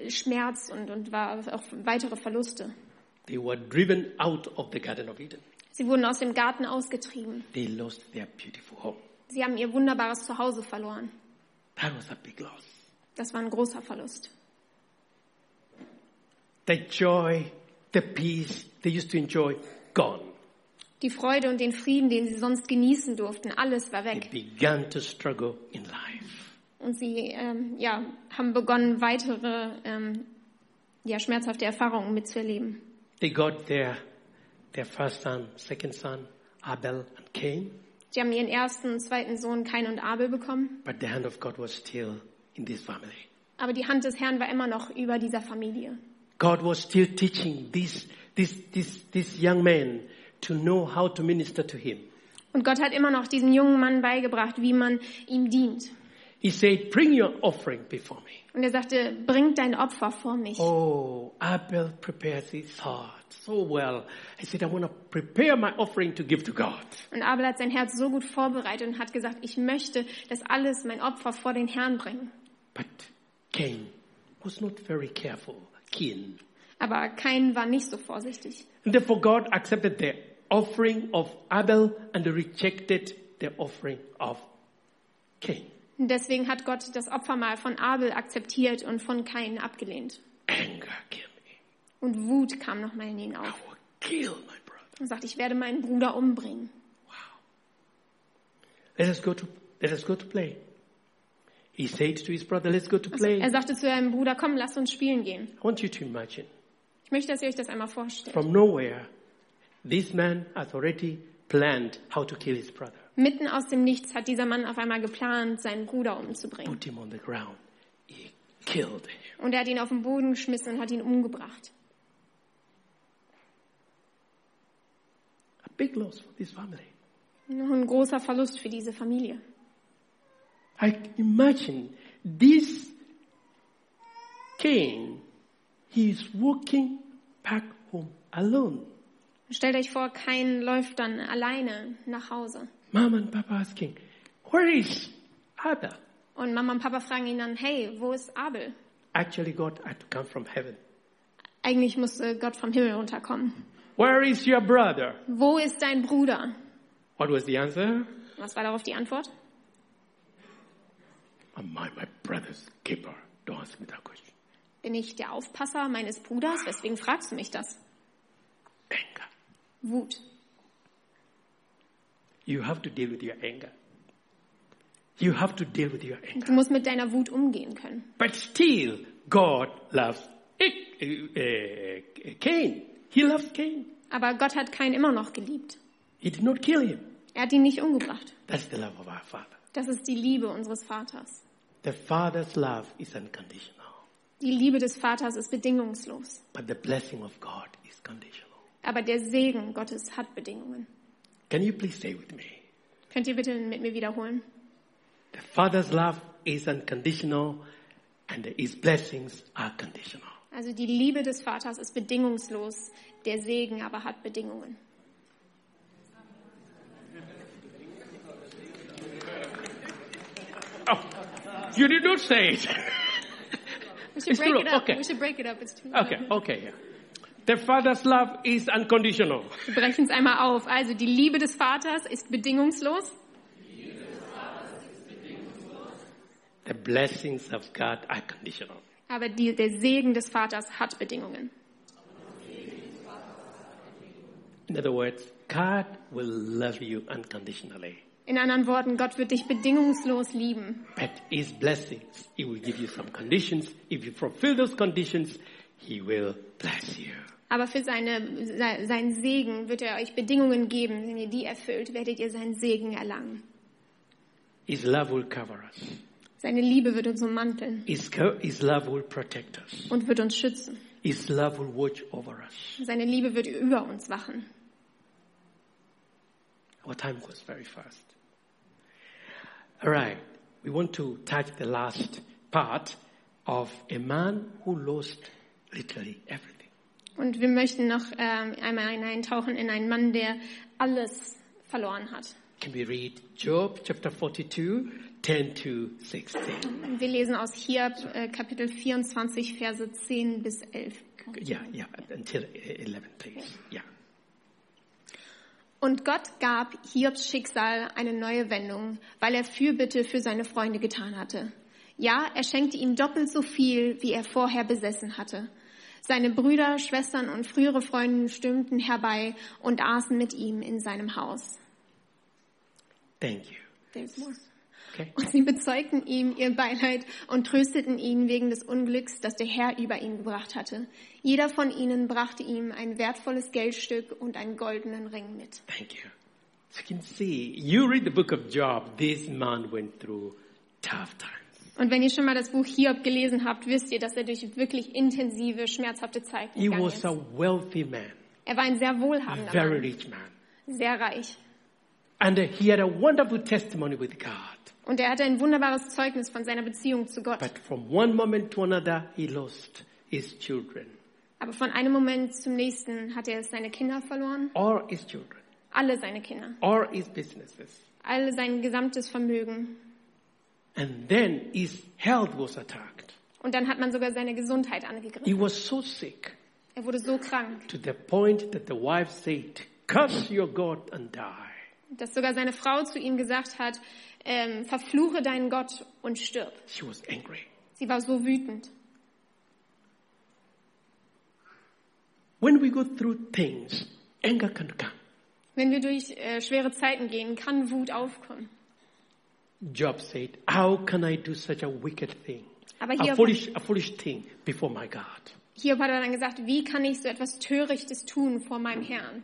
Speaker 2: Schmerz und, und war auch weitere Verluste.
Speaker 1: They were driven out of the Garden of Eden.
Speaker 2: Sie wurden aus dem Garten ausgetrieben.
Speaker 1: They lost their beautiful home.
Speaker 2: Sie haben ihr wunderbares Zuhause verloren.
Speaker 1: That was a big loss.
Speaker 2: Das war ein großer Verlust.
Speaker 1: The joy, the peace they used to enjoy, gone.
Speaker 2: Die Freude und den Frieden, den sie sonst genießen durften, alles war
Speaker 1: They
Speaker 2: weg.
Speaker 1: began to struggle in life.
Speaker 2: Und sie ähm, ja, haben begonnen, weitere ähm, ja, schmerzhafte Erfahrungen mitzuerleben.
Speaker 1: They got their, their first son, second son, Abel and Cain.
Speaker 2: Sie haben ihren ersten und zweiten Sohn Kain und Abel bekommen,
Speaker 1: But the hand of God was still in this family.
Speaker 2: aber die Hand des Herrn war immer noch über dieser Familie.
Speaker 1: God was still teaching this, this, this, this young man to know how to minister to him.
Speaker 2: Und Gott hat immer noch diesem jungen Mann beigebracht, wie man ihm dient.
Speaker 1: He said, bring your offering before me.
Speaker 2: Und er sagte, bringt dein Opfer vor mich.
Speaker 1: Oh, Abel prepares his heart so well. He said, I want to prepare my offering to give to God.
Speaker 2: Und Abel hat sein Herz so gut vorbereitet und hat gesagt, ich möchte das alles, mein Opfer, vor den Herrn bringen.
Speaker 1: But Cain was not very careful, keen.
Speaker 2: Aber Kain war nicht so vorsichtig.
Speaker 1: And therefore God accepted the offering of Abel and rejected the offering of Cain.
Speaker 2: Und deswegen hat Gott das Opfermahl von Abel akzeptiert und von Kain abgelehnt.
Speaker 1: Anger came in.
Speaker 2: Und Wut kam nochmal in ihn
Speaker 1: I
Speaker 2: auf
Speaker 1: will kill my brother.
Speaker 2: und sagte, ich werde meinen Bruder umbringen.
Speaker 1: Let us go to let us go to play. He said to his brother, let's go to
Speaker 2: Also,
Speaker 1: play.
Speaker 2: er sagte zu seinem Bruder, komm, lasst uns spielen gehen.
Speaker 1: I want you to imagine,
Speaker 2: Ich möchte, dass ihr euch das einmal vorstellt.
Speaker 1: from nowhere, this man has already planned how to kill his brother,
Speaker 2: Mitten aus dem Nichts hat dieser Mann auf einmal geplant, seinen Bruder umzubringen.
Speaker 1: put him on the ground. He killed him.
Speaker 2: Und er hat ihn auf den Boden geschmissen und hat ihn umgebracht.
Speaker 1: A big loss for this family.
Speaker 2: Noch ein großer Verlust für diese Familie.
Speaker 1: I imagine this king, he is walking back home alone.
Speaker 2: Stellt euch vor, Kain läuft dann alleine nach Hause.
Speaker 1: Mom and Papa asking, where is Abel?
Speaker 2: Und Mama und Papa fragen ihn dann, hey, wo ist Abel?
Speaker 1: Actually, God had to come from heaven.
Speaker 2: Eigentlich musste Gott vom Himmel runterkommen.
Speaker 1: Where is your brother?
Speaker 2: Wo ist dein Bruder?
Speaker 1: What was the answer?
Speaker 2: Was war darauf die Antwort?
Speaker 1: Am I "Oh, my brother's keeper? Don't ask me that question.
Speaker 2: Bin ich der Aufpasser meines Bruders? Weswegen fragst du mich das?
Speaker 1: Anger.
Speaker 2: Wut.
Speaker 1: You have to deal with your anger. You have to deal with your anger.
Speaker 2: Du musst mit deiner Wut umgehen können.
Speaker 1: But still, God loves it, uh, uh, Cain. He loves Cain.
Speaker 2: Aber Gott hat Kain immer noch geliebt.
Speaker 1: He did not kill him.
Speaker 2: Er hat ihn nicht umgebracht.
Speaker 1: That's the love of our Father.
Speaker 2: Das ist die Liebe unseres Vaters.
Speaker 1: The Father's love is unconditional,
Speaker 2: Die Liebe des Vaters ist bedingungslos.
Speaker 1: but the blessing of God is conditional.
Speaker 2: Aber der Segen Gottes hat Bedingungen.
Speaker 1: Can you please say with me?
Speaker 2: Könnt ihr bitte mit mir wiederholen?
Speaker 1: The Father's love is unconditional, and His blessings are conditional.
Speaker 2: Also die Liebe des Vaters ist bedingungslos, der Segen aber hat Bedingungen.
Speaker 1: You did not say it.
Speaker 2: We should
Speaker 1: It's
Speaker 2: break
Speaker 1: true,
Speaker 2: it up.
Speaker 1: okay.
Speaker 2: We should break it up. It's too
Speaker 1: Okay, okay. yeah. The Father's love is unconditional.
Speaker 2: Wir brechen es einmal auf. Also die Liebe des Vaters ist bedingungslos.
Speaker 1: The blessings of God are conditional.
Speaker 2: Aber die, der Segen des Vaters hat Bedingungen.
Speaker 1: In other words, God will love you unconditionally,
Speaker 2: In anderen Worten, Gott wird dich bedingungslos lieben.
Speaker 1: but His blessings, He will give you some conditions. If you fulfill those conditions, He will bless you.
Speaker 2: Aber für seine, se- seinen Segen wird er euch Bedingungen geben. Wenn ihr die erfüllt, werdet ihr seinen Segen erlangen.
Speaker 1: His love will cover us.
Speaker 2: Seine Liebe wird uns ummanteln
Speaker 1: His, co- his love will protect us.
Speaker 2: und wird uns schützen.
Speaker 1: His love will watch over us.
Speaker 2: Seine Liebe wird über uns wachen.
Speaker 1: Our time goes very fast. All right. We want to touch the last part of a man who lost literally everything.
Speaker 2: Und wir möchten noch ähm, einmal hineintauchen in einen Mann, der alles verloren hat.
Speaker 1: Can we read Job chapter 42, 10 to 16?
Speaker 2: Wir lesen aus Hiob äh, Kapitel 24, Verse 10 bis 11.
Speaker 1: Yeah, yeah, until 11, please. Yeah.
Speaker 2: Und Gott gab Hiobs Schicksal eine neue Wendung, weil er Fürbitte für seine Freunde getan hatte. Ja, er schenkte ihm doppelt so viel, wie er vorher besessen hatte. Seine Brüder, Schwestern und frühere Freunde stürmten herbei und aßen mit ihm in seinem Haus.
Speaker 1: Thank you.
Speaker 2: There's more.
Speaker 1: Okay.
Speaker 2: Und sie bezeugten ihm ihr Beileid und trösteten ihn wegen des Unglücks, das der Herr über ihn gebracht hatte. Jeder von ihnen brachte ihm ein wertvolles Geldstück und einen goldenen Ring mit.
Speaker 1: Thank you. So you can see, you read the book of Job, this man went through tough times.
Speaker 2: Und wenn ihr schon mal das Buch Hiob gelesen habt, wisst ihr, dass er durch wirklich intensive, schmerzhafte Zeiten
Speaker 1: He
Speaker 2: gegangen
Speaker 1: was
Speaker 2: ist.
Speaker 1: a wealthy man,
Speaker 2: Er war ein sehr
Speaker 1: a
Speaker 2: wohlhabender
Speaker 1: very
Speaker 2: Mann,
Speaker 1: rich man.
Speaker 2: sehr reich.
Speaker 1: And uh, he had a wonderful testimony with God.
Speaker 2: Und er hatte ein wunderbares Zeugnis von seiner Beziehung zu Gott.
Speaker 1: But from one moment to another, he lost his children,
Speaker 2: Aber von einem Moment zum nächsten hat er seine Kinder verloren.
Speaker 1: all his children,
Speaker 2: Alle seine Kinder.
Speaker 1: all his businesses.
Speaker 2: Alle sein gesamtes Vermögen.
Speaker 1: And then his health was attacked.
Speaker 2: Und dann hat man sogar seine Gesundheit
Speaker 1: He
Speaker 2: angegriffen.
Speaker 1: was so sick
Speaker 2: Er wurde so krank,
Speaker 1: to the point that the wife said, curse your God and die.
Speaker 2: dass sogar seine Frau zu ihm gesagt hat, ähm, verfluche deinen Gott und stirb.
Speaker 1: She was angry.
Speaker 2: Sie war so wütend.
Speaker 1: When we go through things, anger can come.
Speaker 2: Wenn wir durch äh, schwere Zeiten gehen, kann Wut aufkommen.
Speaker 1: Job said, How can I do such a wicked thing?
Speaker 2: Aber
Speaker 1: A
Speaker 2: Hiob,
Speaker 1: foolish, a foolish thing before my God.
Speaker 2: Hiob hat dann gesagt, wie kann ich so etwas Törichtes tun vor meinem Herrn?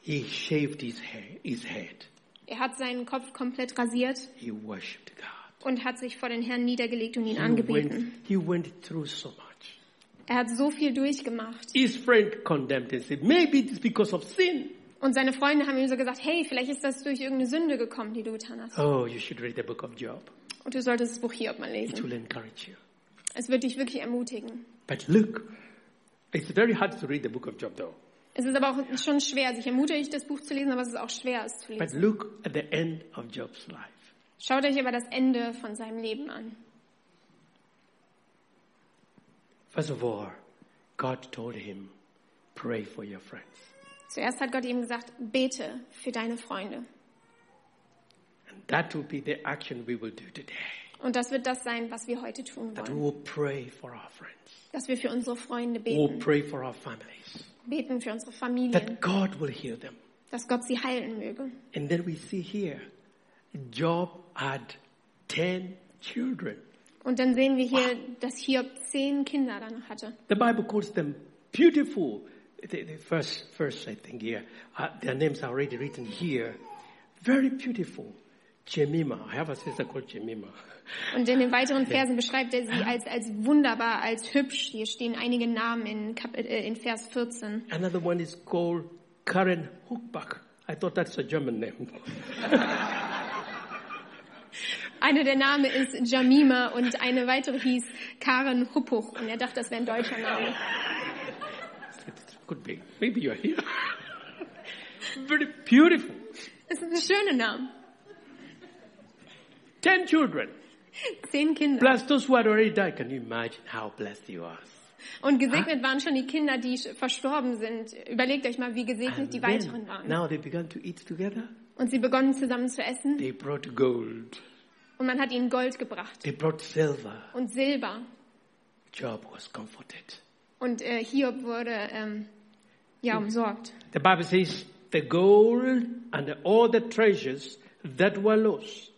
Speaker 1: He shaved his, hair, his head.
Speaker 2: Er hat seinen Kopf komplett rasiert
Speaker 1: He worshipped God.
Speaker 2: und hat sich vor den Herrn niedergelegt und ihn
Speaker 1: He
Speaker 2: angebeten.
Speaker 1: went, he went through so much.
Speaker 2: Er hat so viel durchgemacht.
Speaker 1: His friend condemned and said, Maybe it's because of sin.
Speaker 2: Und seine Freunde haben ihm so gesagt, hey, vielleicht ist das durch irgendeine Sünde gekommen, die du getan hast.
Speaker 1: Oh, you should read the book of Job.
Speaker 2: Und du solltest das Buch Hiob mal
Speaker 1: It
Speaker 2: lesen.
Speaker 1: will encourage you.
Speaker 2: Es wird dich wirklich ermutigen.
Speaker 1: But look, it's very hard to read the book of Job though.
Speaker 2: Es ist aber auch schon schwer. Ich ermutige dich, das Buch zu lesen, aber es ist auch schwer, es zu
Speaker 1: But
Speaker 2: lesen.
Speaker 1: look at the end of Job's life.
Speaker 2: Schaut euch aber das Ende von seinem Leben an.
Speaker 1: First of all, God told him, Pray for your friends.
Speaker 2: Zuerst hat Gott ihm gesagt, bete für deine Freunde.
Speaker 1: And that will be the action we will do today.
Speaker 2: Und das wird das sein, was wir heute tun
Speaker 1: That we
Speaker 2: wollen.
Speaker 1: will pray for our friends.
Speaker 2: Dass wir für unsere Freunde
Speaker 1: We will
Speaker 2: beten.
Speaker 1: pray for our families.
Speaker 2: Beten für unsere
Speaker 1: That
Speaker 2: Familien.
Speaker 1: God will heal them.
Speaker 2: Dass Gott sie heilen möge.
Speaker 1: And then we see here, Job had 10 children.
Speaker 2: Und dann sehen wir hier, dass Hiob zehn Kinder danach hatte.
Speaker 1: The Bible calls them beautiful. The, the first verse, I think, here. Uh, their names are already written here. Very beautiful. Jemima. I have a sister called Jemima.
Speaker 2: Und in den weiteren Versen beschreibt er sie als, als wunderbar, als hübsch. Hier stehen einige Namen in, Kap äh, in Vers 14.
Speaker 1: Another one is called Karen Hookbach. I thought that's a German name.
Speaker 2: Einer der Namen ist Jamima und eine weitere hieß Karen Huppuch. Und er dachte, das wäre ein deutscher Name.
Speaker 1: Could be. Maybe you're here. Very beautiful.
Speaker 2: Es sind schöne Namen.
Speaker 1: Ten children.
Speaker 2: Zehn Kinder.
Speaker 1: Plus those who had already died. Can you imagine how blessed you are?
Speaker 2: Und gesegnet waren schon die Kinder, die sch- verstorben sind. Überlegt euch mal, wie gesegnet die
Speaker 1: And then,
Speaker 2: weiteren waren.
Speaker 1: now they began to eat together.
Speaker 2: Und sie begonnen zusammen zu essen
Speaker 1: They brought gold.
Speaker 2: und man hat ihnen Gold gebracht
Speaker 1: They brought silver.
Speaker 2: und Silber.
Speaker 1: Job was comforted.
Speaker 2: Und äh, Hiob wurde ähm, ja umsorgt.
Speaker 1: The Bible says the gold and all the treasures that were lost,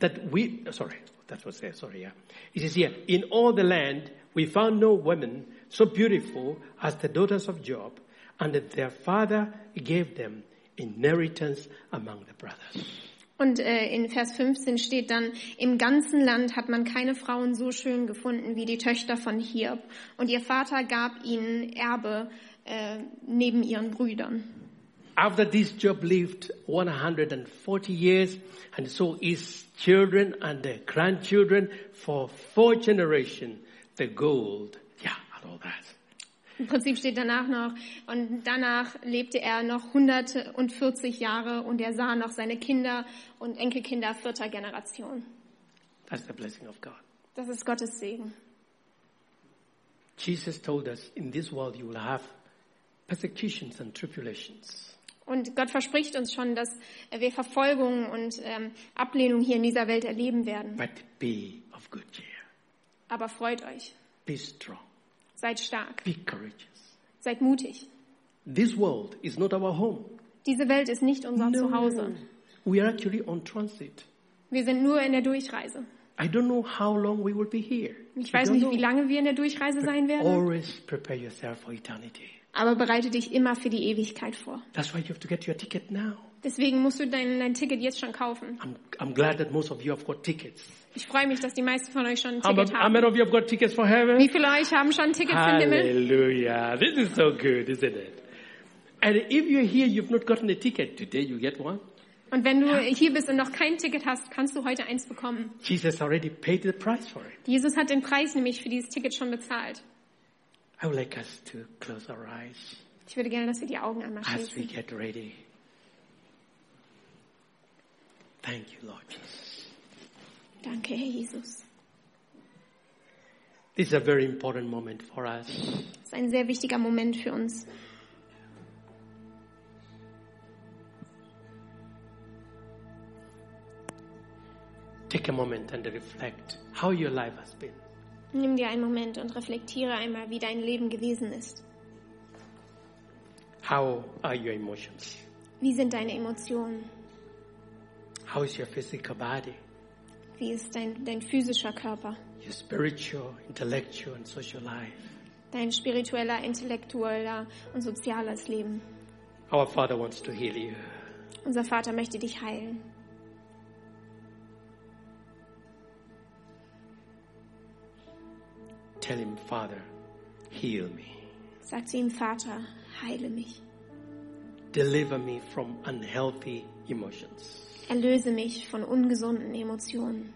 Speaker 1: that we, sorry, that was there, sorry, yeah. It says here, in all the land we found no women so beautiful as the daughters of Job, and that their father gave them inheritance among the brothers.
Speaker 2: Und äh, in Vers 15 steht dann, im ganzen Land hat man keine Frauen so schön gefunden wie die Töchter von Hiob. Und ihr Vater gab ihnen Erbe äh, neben ihren Brüdern.
Speaker 1: After this, Job lived 140 years, and so his children and their grandchildren for four generations, the gold, yeah, and all that.
Speaker 2: Im Prinzip steht danach noch, und danach lebte er noch 140 Jahre und er sah noch seine Kinder und Enkelkinder vierter Generation.
Speaker 1: That's the blessing of God.
Speaker 2: Das ist Gottes Segen.
Speaker 1: Jesus told us, in this world you will have persecutions and tribulations.
Speaker 2: Und Gott verspricht uns schon, dass wir Verfolgung und ähm, Ablehnung hier in dieser Welt erleben werden.
Speaker 1: But be of good cheer.
Speaker 2: Aber freut euch,
Speaker 1: Be strong.
Speaker 2: seid stark,
Speaker 1: Be courageous.
Speaker 2: seid mutig.
Speaker 1: This world is not our home.
Speaker 2: Diese Welt ist nicht unser Zuhause.
Speaker 1: We are actually on transit.
Speaker 2: Wir sind nur in der Durchreise.
Speaker 1: I don't know how long we will be here.
Speaker 2: Ich
Speaker 1: I
Speaker 2: weiß
Speaker 1: don't
Speaker 2: nicht,
Speaker 1: know.
Speaker 2: wie lange wir in der Durchreise sein werden,
Speaker 1: Always prepare yourself for eternity.
Speaker 2: aber bereite dich immer für die Ewigkeit vor.
Speaker 1: That's why you have to get your ticket now.
Speaker 2: Deswegen musst du dein, dein Ticket jetzt schon kaufen.
Speaker 1: I'm, I'm glad that most of you have got tickets.
Speaker 2: Ich freue mich, dass die meisten von euch schon ein
Speaker 1: How,
Speaker 2: Ticket
Speaker 1: about, how
Speaker 2: haben.
Speaker 1: many of you have got tickets for heaven?
Speaker 2: Wie viele euch haben schon ein Ticket für den Himmel?
Speaker 1: Hallelujah. This is so good, isn't it? And if you're here, you've not gotten a ticket. Today you get one.
Speaker 2: Und wenn du hier bist und noch kein Ticket hast, kannst du heute eins bekommen.
Speaker 1: Jesus already paid the price for it.
Speaker 2: Jesus hat den Preis nämlich für dieses Ticket schon bezahlt.
Speaker 1: I would like us to close our eyes
Speaker 2: Ich würde gerne, dass wir die Augen einmal
Speaker 1: as we
Speaker 2: schließen.
Speaker 1: get ready. Thank you, Lord Jesus.
Speaker 2: Danke, Herr Jesus.
Speaker 1: This is a very important moment for us.
Speaker 2: Das ist ein sehr wichtiger Moment für uns.
Speaker 1: Take a moment and reflect how your life has been.
Speaker 2: Nimm dir einen Moment und reflektiere einmal, wie dein Leben gewesen ist.
Speaker 1: How are your emotions?
Speaker 2: Wie sind deine Emotionen?
Speaker 1: How is your physical body?
Speaker 2: Wie ist dein, dein physischer Körper,
Speaker 1: Your spiritual, intellectual, and social life?
Speaker 2: dein spiritueller, intellektueller und soziales Leben?
Speaker 1: Our Father wants to heal you.
Speaker 2: Unser Vater möchte dich heilen.
Speaker 1: Tell Him, Father, heal me.
Speaker 2: Sag zu ihm, Vater, heile mich.
Speaker 1: Deliver me from unhealthy emotions.
Speaker 2: Erlöse mich von ungesunden Emotionen.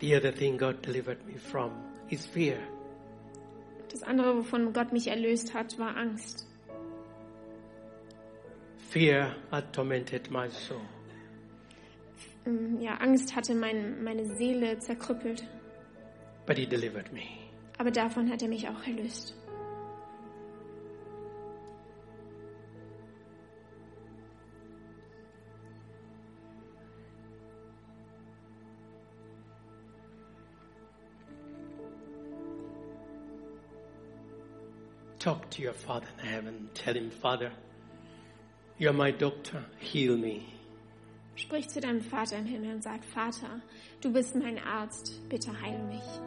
Speaker 1: The other thing God delivered me from is fear.
Speaker 2: Das andere, wovon Gott mich erlöst hat, war Angst.
Speaker 1: Fear had tormented my soul.
Speaker 2: Ähm, Ja, Angst hatte mein, meine Seele zerkrüppelt,
Speaker 1: but he delivered me.
Speaker 2: aber davon hat er mich auch erlöst.
Speaker 1: Talk to your Father in heaven. Tell him, Father, you're my doctor. Heal me.
Speaker 2: Sprich zu deinem Vater im Himmel und sag, Vater, du bist mein Arzt, bitte heile mich.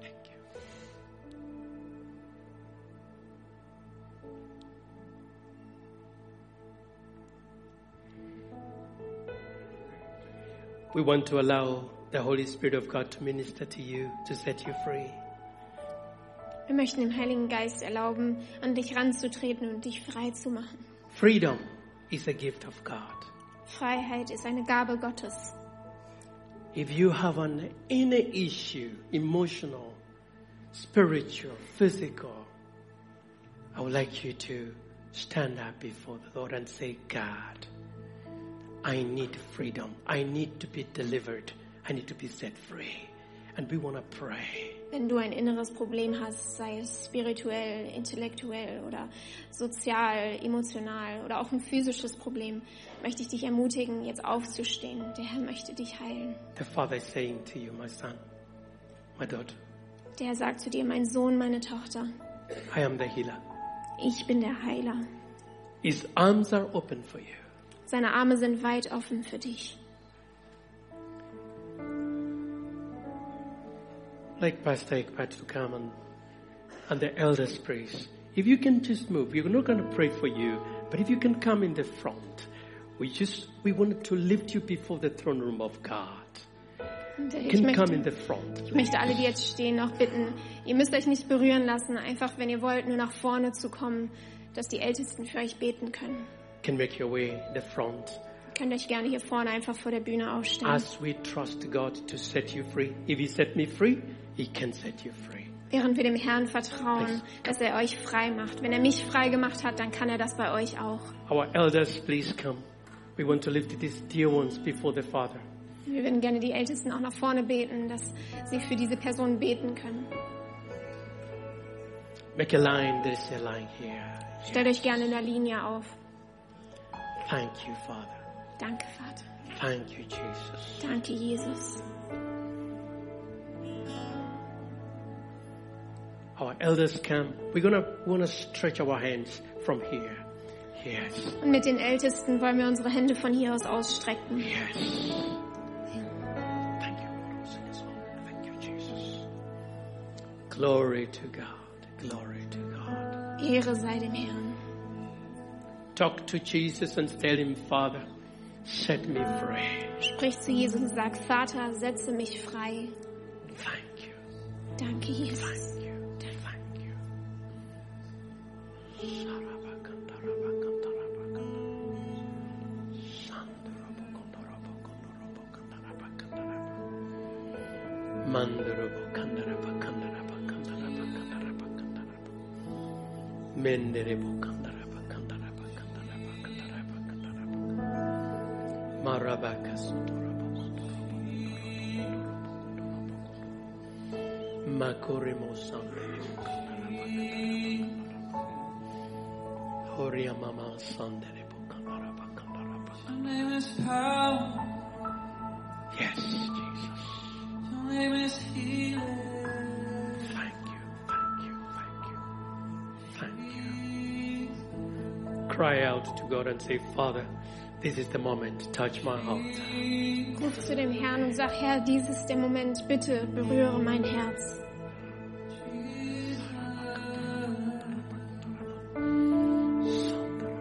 Speaker 1: Thank you. We want to allow the Holy Spirit of God to minister to you, to set you free.
Speaker 2: Wir möchten dem Heiligen Geist erlauben, an dich ranzutreten und dich frei zu machen.
Speaker 1: Freedom is a gift of God.
Speaker 2: Freiheit ist eine Gabe Gottes.
Speaker 1: If you have an any issue, emotional, spiritual, physical, I would like you to stand up before the Lord and say, God, I need freedom. I need to be delivered. I need to be set free. And we want to pray.
Speaker 2: Wenn du ein inneres Problem hast, sei es spirituell, intellektuell oder sozial, emotional oder auch ein physisches Problem, möchte ich dich ermutigen, jetzt aufzustehen. Der Herr möchte dich heilen.
Speaker 1: The Father is saying to you, my son, my daughter,
Speaker 2: Der Herr sagt zu dir, mein Sohn, meine Tochter,
Speaker 1: I am the healer.
Speaker 2: ich bin der Heiler.
Speaker 1: His arms are open for you.
Speaker 2: Seine Arme sind weit offen für dich.
Speaker 1: like Pastor Ekpat to come and, and the elders praise. If you can just move, we're not going to pray for you, but if you can come in the front, we just, we wanted to lift you before the throne room of God.
Speaker 2: Und
Speaker 1: You
Speaker 2: ich
Speaker 1: can come
Speaker 2: möchte,
Speaker 1: in the front.
Speaker 2: ich möchte alle, die jetzt stehen, noch bitten, ihr müsst euch nicht berühren lassen, einfach, wenn ihr wollt, nur nach vorne zu kommen, dass die Ältesten für euch beten können.
Speaker 1: Can make your way in the front.
Speaker 2: Ihr könnt euch gerne hier vorne einfach vor der Bühne aufstellen.
Speaker 1: As we trust God to set you free. If He set me free, He can set you free.
Speaker 2: Während wir dem Herrn vertrauen, dass er euch frei macht. Wenn er mich frei gemacht hat, dann kann er das bei euch auch.
Speaker 1: Our elders, please come. We want to lift these dear ones before the Father.
Speaker 2: Wir würden gerne die Ältesten auch nach vorne beten, dass sie für diese Person beten können.
Speaker 1: Make a line. There's a line here.
Speaker 2: Stellt euch gerne in der Linie auf.
Speaker 1: Thank you, Father.
Speaker 2: Danke, Vater.
Speaker 1: Thank you, Jesus.
Speaker 2: Danke, Jesus.
Speaker 1: Our elders come. We're gonna wanna stretch our hands from here. Yes,
Speaker 2: Und mit den Ältesten wollen wir unsere Hände von hier aus ausstrecken.
Speaker 1: yes. Thank you, Lord. Sing a song. Thank you, Jesus. Glory to God. Glory to God.
Speaker 2: Ehre sei dem Herrn.
Speaker 1: Talk to Jesus and tell him, Father, set me free.
Speaker 2: Sprich zu Jesus und sag, Vater, setze mich frei.
Speaker 1: Thank you.
Speaker 2: Danke, Jesus.
Speaker 1: Thank you. Thank you. Sarabakandara. Mandaraba, kandaraba, kandaraba, kandaraba, kandaraba, kandaraba. Menderebo, kandaraba, kandaraba, kandaraba, kandaraba, kandaraba. Marabaka, sundoraba, kundoraba, kundoraba, kundoraba, kundoraba. Makoremo, sanderebo, kandaraba, kandaraba, kandaraba. Horiamama, sanderebo, kandaraba, kandaraba,
Speaker 3: Your name is power.
Speaker 1: kandaraba. Yes, Jesus.
Speaker 3: Your name is healing.
Speaker 1: Thank you, thank you, thank you, thank you. Cry out to God and say, Father, this is the moment. Touch my heart.
Speaker 2: Ruf zu dem Herrn und sag, Herr, dies ist der Moment, bitte berühre mein Herz.